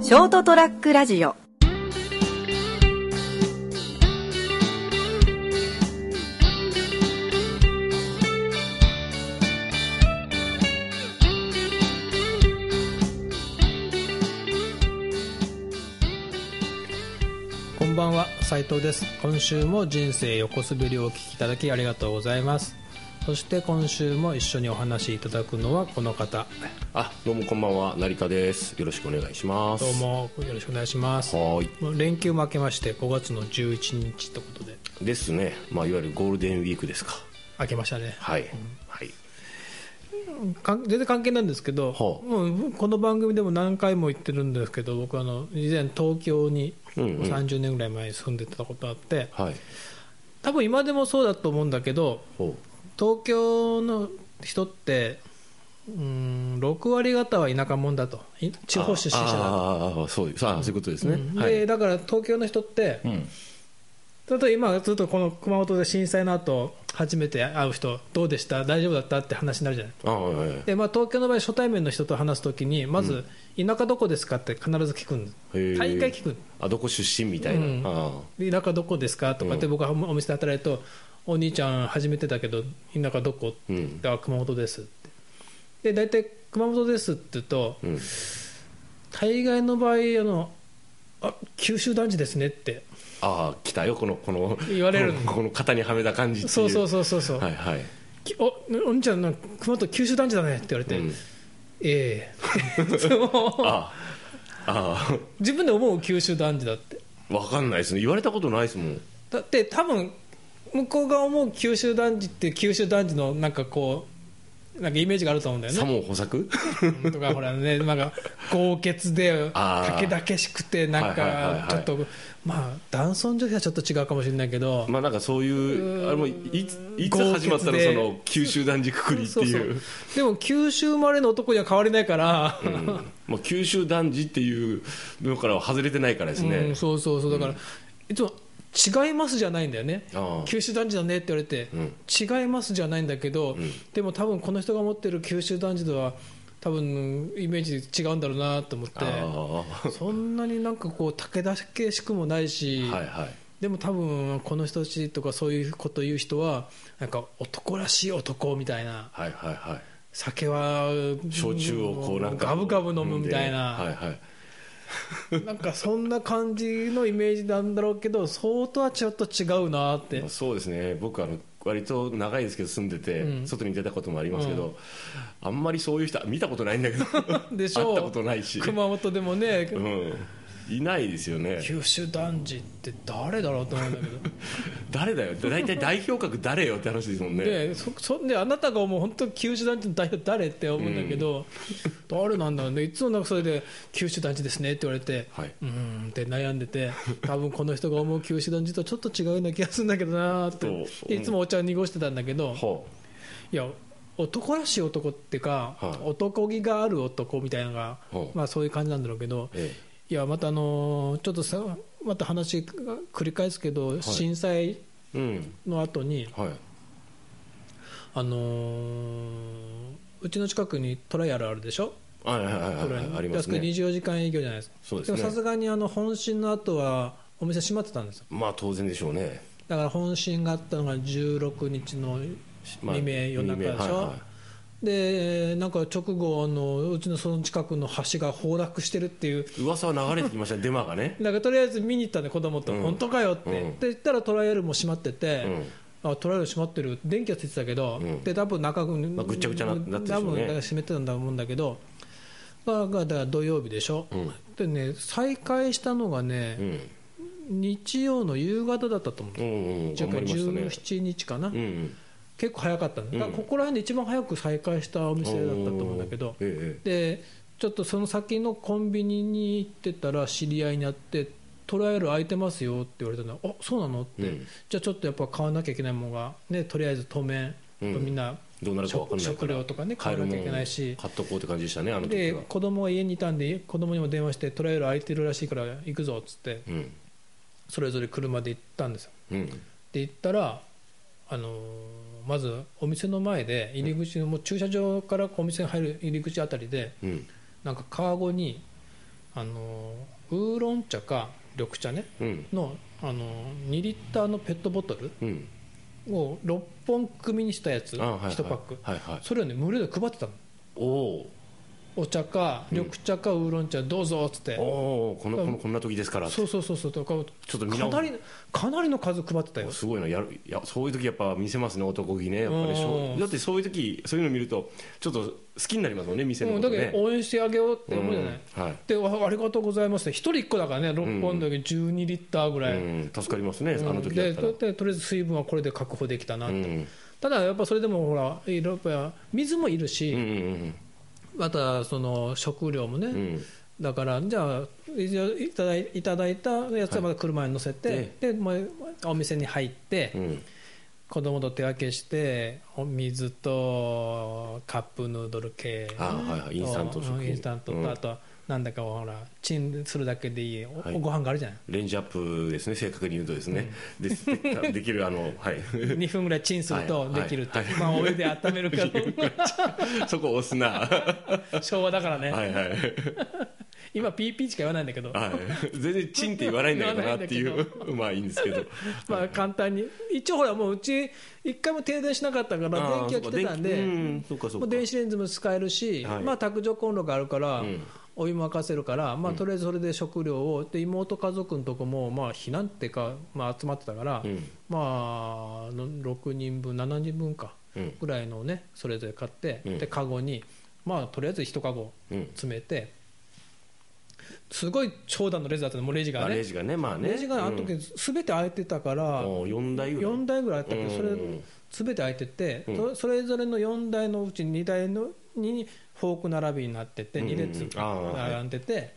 ショートトラックラジオこんばんは斉藤です今週も人生横滑りをお聞きいただきありがとうございますそして今週も一緒にお話しいただくのはこの方あどうもこんばんは成田ですよろしくお願いしますどうもよろしくお願いしますはーいもう連休も明けまして5月の11日ということでですねまあいわゆるゴールデンウィークですか明けましたねはい、はいかん全然関係ないんですけど、はあもうこの番組でも何回も言ってるんですけど僕あの以前東京にうんうん30年ぐらい前に住んでたことあって、はい多分今でもそうだと思うんだけどほ東京の人ってうーん6割方は田舎者だとい地方出身者だああーそうですあーそういうことですと、ね、うんではい、だから東京の人って、うん、例えば今ずっとこの熊本で震災の後初めて会う人どうでした大丈夫だったって話になるじゃないああはいはいで、まあ、東京の場合初対面の人と話すときにまず田舎どこですかって必ず聞くんです、へー大会聞くあどこ出身みたいな、うんあで田舎どこですかとかって僕はお店で働いてると、お兄ちゃん始めてたけど田舎どこって言ったら熊本ですってで大体熊本ですって言うとーうん大概の場合あのあ九州男児ですねってああ来たよこのこの言われるこ のこの肩にはめた感じっていうそうそううそうそうそう、はいはい、きおお兄ちゃんなんか熊本九州男児だねって言われて、う ん、ええそうあああ自分で思う九州男児だってあわかんないですね言われたことないですもんだって多分向こうが思う九州男児って九州男児のなんかこうなんかイメージがあると思うんだよねさも補作とかほらねなんか豪傑であー竹だけしくてなんはいはいはいかはいちょっとまあ男尊女卑はちょっと違うかもしれないけど、まあなんかそういうあれもいついつ始まっ豪たの傑そでの九州男児くくりってそういそううでも九州生まれの男には変わりないから、ううんまあ、九州男児っていうのからは外れてないからですね、んそうそうそうだから、いつも違いますじゃないんだよねああ九州男児だねって言われて、違いますじゃないんだけど、でも多分この人が持ってる九州男児とは多分イメージ違うんだろうなと思ってあそんなになんかこう武田系しくもないし、あはいはいでも多分この人たちとかそういうこと言う人はなんか男らしい男みたいなはいはいはい酒は焼酎をこうなんかガブガブ飲むみたい飲んでな、はいはいなんかそんな感じのイメージなんだろうけど相当はちょっと違うなってまあ、そうですね僕あの割と長いですけど住んでて、外に出たこともありますけど、あんまりそういう人は見たことないんだけどでしょ 会ったことないし、熊本でもね、うん、いないですよね九州男児って誰だろうと思うんだけ ど誰だよ大体代表格誰よって話ですもんねでそそんであなたが思う本当に九州男児の代表誰って思うんだけど、誰なんだろうねいつもなんかそれで九州男児ですねって言われて、はいうーんって悩んで て多分この人が思う九州男児とちょっと違うような気がするんだけどなーっそうていつもお茶を濁してたんだけどほいや男らしい男っていうか、はい男気がある男みたいなのが、ほうまあ、そういう感じなんだろうけど、えいやまたあのーちょっとさまた話繰り返すけど、震災ううんの後にはいあのーうちの近くにトライアルあるでしょはいはいはいはいはいありま安すくね24時間営業じゃないですかそうですねもさすがにあの本震の後はお店閉まってたんですよまあ当然でしょうねだから本震があったのが16日のまあ未明夜中でしょ、未明はいはでなんか直後あのうちのその近くの橋が崩落してるっていう噂は流れてきましたねデマがね なんかとりあえず見に行ったんで子供と、うん本当かよって、うんって言ったらトライアルも閉まってて、あトライアル閉まってる電気はついてたけど、うんで多分中に、まあぐっちゃぐちゃななって多るでしょうね分だから閉めてたんだと思うんだけどががだから土曜日でしょ、うんでね再開したのがうね、ん日曜の夕方だったと思う、うんうんうん中頑張りました17ね日かな、うんうん結構早かったのだからうんここら辺で一番早く再開したお店だったと思うんだけど、ええでちょっとその先のコンビニに行ってたら知り合いに会って「トライアル空いてますよ」って言われたのあそうなの?」って、うんじゃあちょっとやっぱ買わなきゃいけないものが、ね、とりあえず当面、うんやっぱみんなどうなるか分かんないから食料とかね買わなきゃいけないし買えるもん買っとこうって感じでしたねあの時では子供が家にいたんで子供にも電話して「トライアル空いてるらしいから行くぞ」っつってうんそれぞれ車で行ったんですようんで行ったらあのーまずお店の前で入り口のもう駐車場からこうお店に入る入り口あたりでうんなんかカーゴにああのウーロン茶か緑茶ねうんのあの2リッターのペットボトルうんを6本組にしたやつあはいはい1パックはいはいそれをね無料で配ってたのおおお茶か緑茶かウーロン茶どうぞっつって、おおこのこのこんな時ですからそうそうそうそうとかちょっと見か直なりかなりの数配ってたよすごいなやるいやそういう時やっぱ見せますね男気ねやっぱうんりしょだってそういう時そういうの見るとちょっと好きになりますもんね店のうこん、とだねけど応援してあげようって思うじゃない、うんはいでわありがとうございますって1人1個だからね6本だけ12リッターぐらい、うん、助かりますね、うんあの時だでったらと。でとりあえず水分はこれで確保できたな、うんただやっぱそれでもほらいろいろやっぱ水もいるうんうし、んまたその食料もね、うんうんだからじゃあ一応いただいいただいたやつはまた車に乗せて、はいでまあお店に入って、うん子供と手分けしてお水とカップヌードル系あはいはいインスタント食品うんインスタントと、うんあとなんだかほらチンするだけでいいお,、はいご飯があるじ ゃないレンジアップですね、正確に言うとですね、ですでできる、あのはい、 2分ぐらいチンするとできるって、はいはいまあ、お湯で温めるけどそこ押すな、は 昭和だからいね、はい、はい、今ピーピーしか言わないんだけど、全然チンって言わないんだけどなってい、言わないう まあいいんですけど、まあ、簡単に一応ほらもううち一回も停電しなかったから電あー気が来てたんそうか電気でうんそうかそうもかう電子レンジも使えるし、はいまあ、卓上コンロがあるから、んお湯も沸かせるから、まあ、とりあえずそれで食料をで妹家族のとこも、まあ、避難っていうか、まあ、集まってたから、うんまあの6人分7人分かうんぐらいのねそれぞれ買って、うんでカゴに、まあ、とりあえず1カゴうん、詰めて、すごい長蛇のレジだったのもうレジまがあね。レジがね、まあね、レジがあの時全て空いてたから、 4台ぐらい、 4台ぐらいあったけどそれうん全て空いてて、うんそそれぞれの4台のうち2台のにフォーク並びになっててうんうん2列あーはい並んでて、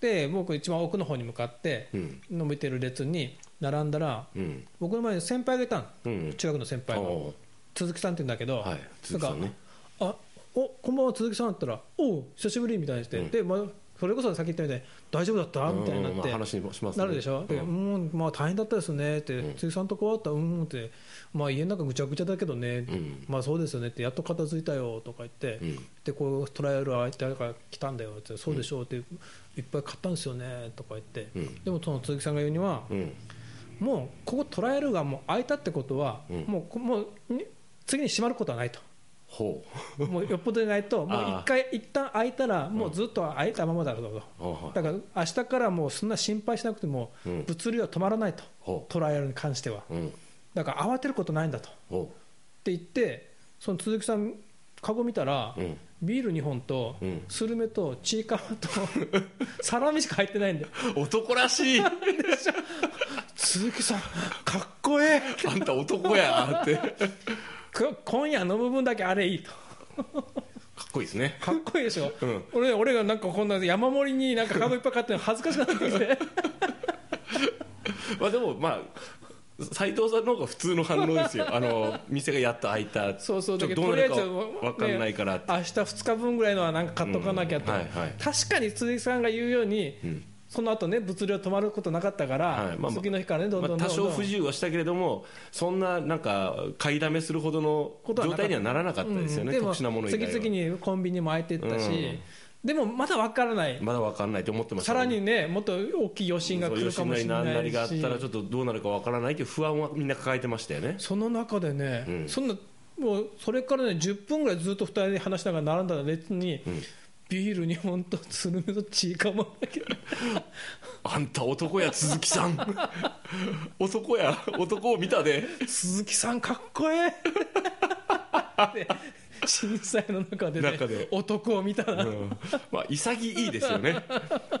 で僕一番奥の方に向かってうん伸びてる列に並んだらうん、僕の前に先輩がいたのうん、中学の先輩がおー鈴木さんって言うんだけど、はい、鈴木さんね、なんかあおこんばんは鈴木さんだったら「おう久しぶり」みたいにして、うんでまあ、それこそさっき言ったみたいに「大丈夫だった?」みたいになって、うんまあ話もしますねなるでしょ、でううんん、まあ大変だったですねって、うん辻さんとこあった、うんって、まあ家の中ぐちゃぐちゃだけどね、んまあそうですよねって、やっと片付いたよとか言って、うんでこうトライアル相手が来たんだよって、そうでしょうって、いっぱい買ったんですよねとか言って、うんでもその鈴木さんが言うには、うん、もうここトライアルがもう開いたってことは、うんもうこもうに次に閉まることは ないと。ほもうよっぽどでないと、もうああ一回、一旦開いたら、もうずっと開いたままだろうと、う、はいはいだから明日からもうそんな心配しなくてもうん、物流は止まらないと、ほトライアルに関しては。う、うん、だから慌てることないんだと。っほて言って、その鈴木さん、カゴ見たらう、、うん、ビール2本とうん、スルメと、チーカマ と、サラミしか入ってないんだよ。男らしい あ鈴木さん、かっこええんた男や ってかっこ今夜の部分だけあれいいと。こいいですねかっこいいでしょ、うん俺俺がなんかこんな山盛りになんかカゴいっぱい買ってるの恥ずかしくなってき てまあでもまあ斎藤さんの方が普通の反応ですよあの店がやっと開いたそうそうちょっだけとどどうなるかとりあえずもう分かんないからって、明日2日分ぐらいのはなんか買っとかなきゃと、うんはいはい確かに鈴木さんが言うように、その後ね物量止まることなかったから、はいまあまあ次の日からねどんまどあ、んどんどん多少不自由はしたけれどもそんななんか買いだめするほどのことはな状かった態にはならなかったですようね、んでも特殊なもの以外次は々にコンビニも開いてったし、でもまだ分からない、まだ分かんないと思ってましたさもらんねにねもっと大きい余震が来るかもしれそう吉成な何い々があったらしちょっとどうなるか分からないという不安はみんな抱えてましたよねその中でね、うんそんなもうそれからね10分ぐらいずっと2人で話しながら並んだら列に、ビール2本とスルメとチーカマだ けどあんた男や鈴木 さん男や男を見たで鈴木さんかっこええで震災の中で,、ね、中で男を見たら、うんまあ潔いですよね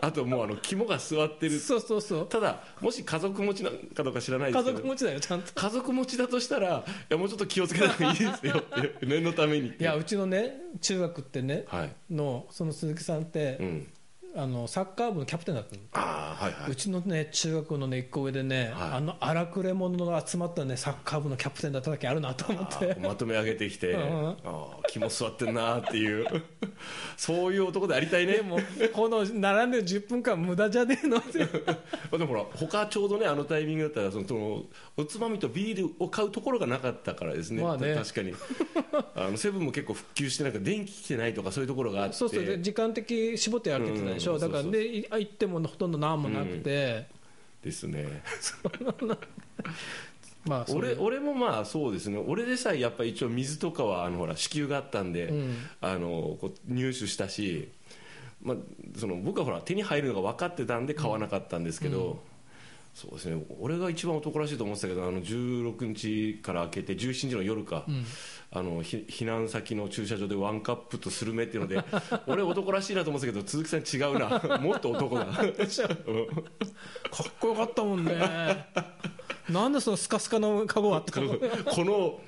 あともうあの肝が据わってるそうそうそうただもし家族持ちなのかどうか知らないで家すけど族持ちだよちゃんと家族持ちだとしたらいやもうちょっと気をつけた方がいいです よって念のためにっていやうちのね中学ってねはいのその鈴木さんってう、んあのサッカー部のキャプテンだったのああはいはいうちのね中学のね一個上でね、はいあの荒くれ者が集まったねサッカー部のキャプテンだっただけあるなと思っあてーまとめ上げてきて、うんああ肝据わってんなーっていう そういう男でありたいねでもこの並んでる10分間無駄じゃねえの ってまあ、でもほら他ちょうどねあのタイミングだったらそのそのおつまみとビールを買うところがなかったからですね,、まあね確 かにあのセブンも結構復旧してなんか電気来てないとかそういうところがあってそうすると時間的絞ってやるけてたでしょ、うんだからそうそうでい行ってもほとんど何もなくて、ですねまあそ俺れ俺もまあそうですね俺でさえやっぱ一応水とかはあのほら支給があったんで、うんあのこう入手したし、まあ、その僕はほら手に入るのが分かってたんで買わなかったんですけど、そうですね俺が一番男らしいと思ってたけどあの16日から明けて17日の夜か、んあのひ避難先の駐車場でワンカップとスルメっていうので 俺男らしいなと思ってたけど鈴木さん違うな もっと男だうんかっこよかったもんね なんでそのスカスカのカゴあったのこの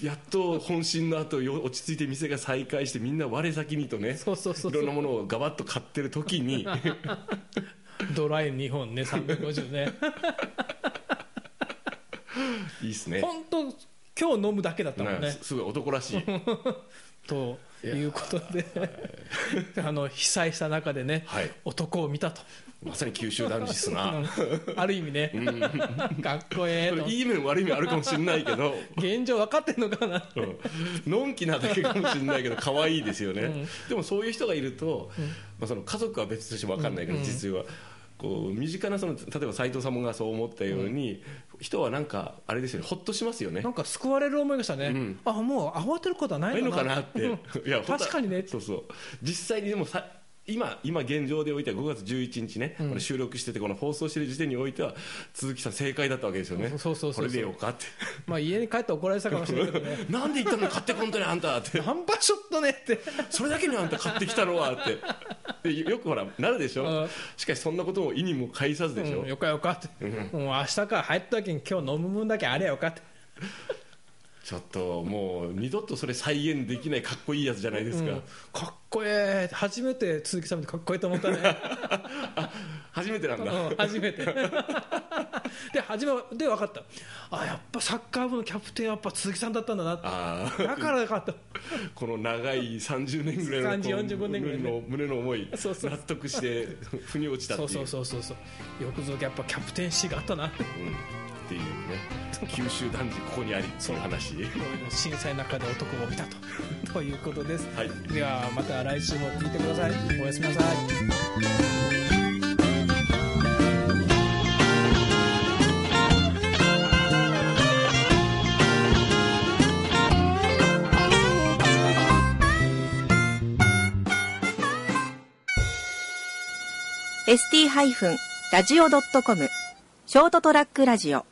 やっと本心の後よ落ち着いて店が再開してみんな我先にとねそうそうそうそういろんなものをガバッと買ってる時 にドライ2本ね350ね いいっすね本当今日飲むだけだったもんなんかねすすごい男らし いということであの被災した中でね、はい男を見たと、まさに九州男子っす なうんある意味ねかっこええといい面悪い面あるかもしれないけど、現状分かってんのかなうんのんきなだけかもしれないけど可愛いですよね、でもそういう人がいると、まあ、その家族は別として分かんないけど、実は。こう身近なその例えば斎藤さんがそう思ったように、人はなんかあれですよねほっとしますよねなんか救われる思いがしたね、んあもう慌てることはないないののかかなな って、いや本当は確かにねそうそう実際にでもさ今今現状でおいては5月11日ね、これ収録しててこの放送してる時点においては鈴木さん正解だったわけですよねそうそうそうそうこれでよかってまあ、家に帰って怒られてたかもしれないけどねなんで言ったのに買ってこんとねあん たってナンパショットねってそれだけにあんた買ってきたのはってでよくほらなるでしうょんしかしそんなことも意にも介さずでしょ、うんよかよかって、もう明日から入った時に今日飲む分だけあれよかってちょっともう二度とそれ再現できないかっこいいやつじゃないですか、かっこええ初めて鈴木さん見てかっこいいと思ったね、初めてなんだ、うん、初めて で初めで分かったあやっぱサッカー部のキャプテンはやっぱ鈴木さんだったんだなってああだからよか った この長い30年ぐらいのこう30 45年ぐらいねの胸の思いそうそう納得して腑に落ちたってそいううそうそうそうそうよくぞやっぱキャプテンシーがあったなうんっていうね九州男児ここにありその話震災の中で男を見たと ということです、はいではまた来週も聞いてくださいおやすみなさいー ST-radio.com ショートトラックラジオ